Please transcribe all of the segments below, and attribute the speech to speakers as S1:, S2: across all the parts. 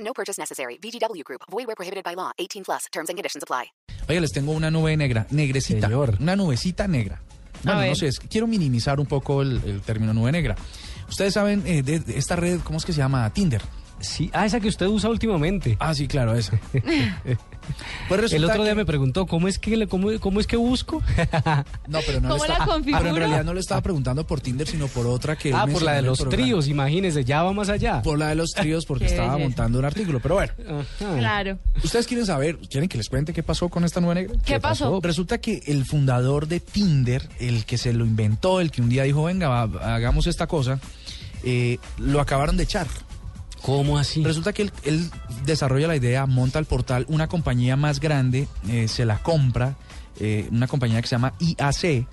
S1: No purchase necessary. VGW Group. Void where prohibited by law. 18 plus. Terms and conditions apply.
S2: Oye, les tengo una nube negra, negrecita,
S3: Señor.
S2: una nubecita negra. Bueno, no
S3: ver.
S2: sé, es que quiero minimizar un poco el, el término nube negra. Ustedes saben eh, de, de esta red, ¿cómo es que se llama? Tinder.
S3: Sí, ah, esa que usted usa últimamente.
S2: Ah, sí, claro, esa. pues resulta
S3: El otro día
S2: que-
S3: me preguntó, ¿cómo es que, le, cómo, cómo es que busco?
S2: No, pero no le
S4: ¿Cómo la
S2: estaba- ah,
S4: configuro?
S2: Pero en realidad no le estaba preguntando por Tinder, sino por otra que...
S3: ah,
S2: él
S3: por
S2: mencionó
S3: la
S2: en
S3: de
S2: el
S3: los
S2: programa.
S3: tríos, imagínese, ya va más allá.
S2: Por la de los tríos, porque
S4: Qué
S2: estaba
S4: belleza.
S2: montando un artículo. Pero bueno,
S3: Ajá.
S4: Claro.
S2: ¿Ustedes quieren saber, quieren que les cuente qué pasó con esta nube negra?
S4: ¿Qué pasó?
S2: Resulta que el fundador de Tinder, el que se lo inventó, el que un día dijo, venga, va, hagamos esta cosa, eh, lo acabaron de echar.
S3: ¿Cómo así?
S2: Resulta que él, él desarrolla la idea, monta el portal, una compañía más grande eh, se la compra, eh, una compañía que se llama IAC,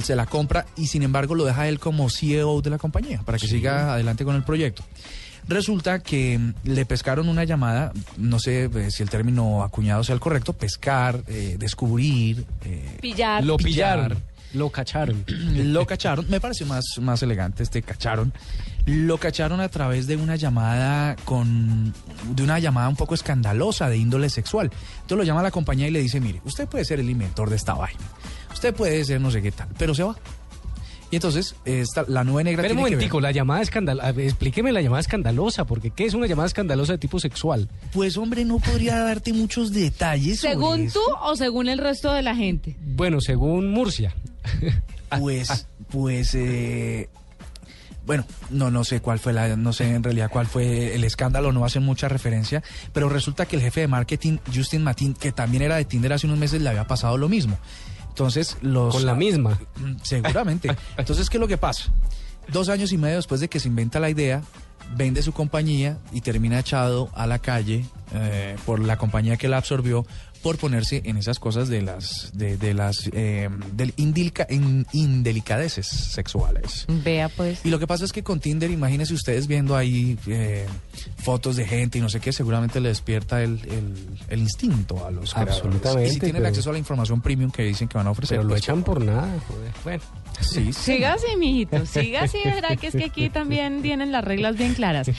S2: se la compra y sin embargo lo deja él como CEO de la compañía para que siga adelante con el proyecto. Resulta que mm, le pescaron una llamada, no sé eh, si el término acuñado sea el correcto, pescar, eh, descubrir, eh,
S4: Pillar.
S3: Lo
S2: pillar.
S3: pillaron, lo cacharon.
S2: lo cacharon, me pareció más, más elegante este cacharon. Lo cacharon a través de una llamada con de una llamada un poco escandalosa de índole sexual. Entonces lo llama a la compañía y le dice, "Mire, usted puede ser el inventor de esta vaina. Usted puede ser no sé qué tal, pero se va." Y entonces esta, la nube negra
S3: Espera
S2: tiene
S3: un
S2: que ver-
S3: momentico, la llamada escandalosa, explíqueme la llamada escandalosa, porque ¿qué es una llamada escandalosa de tipo sexual?
S2: Pues hombre, no podría darte muchos detalles. sobre
S4: ¿Según tú
S2: esto.
S4: o según el resto de la gente?
S3: Bueno, según Murcia.
S2: Pues, pues, eh, bueno, no, no sé cuál fue la, no sé en realidad cuál fue el escándalo, no hacen mucha referencia, pero resulta que el jefe de marketing, Justin Matin, que también era de Tinder hace unos meses, le había pasado lo mismo. Entonces, los.
S3: Con la misma.
S2: Mm, Seguramente. Entonces, ¿qué es lo que pasa? Dos años y medio después de que se inventa la idea, vende su compañía y termina echado a la calle eh, por la compañía que la absorbió por ponerse en esas cosas de las de, de las eh, del indilca- in- indelicadeces sexuales.
S4: Vea pues.
S2: Y lo que pasa es que con Tinder, imagínense ustedes viendo ahí eh, fotos de gente y no sé qué, seguramente le despierta el, el- el instinto a los creadores.
S3: Absolutamente,
S2: Y si tienen
S3: pero-
S2: acceso a la información premium que dicen que van a ofrecer,
S3: Pero lo
S2: pues,
S3: echan por nada, joder. Bueno,
S2: Sí, sí.
S4: Siga así, mijito. Siga así, ¿verdad? Que es que aquí también tienen las reglas bien claras.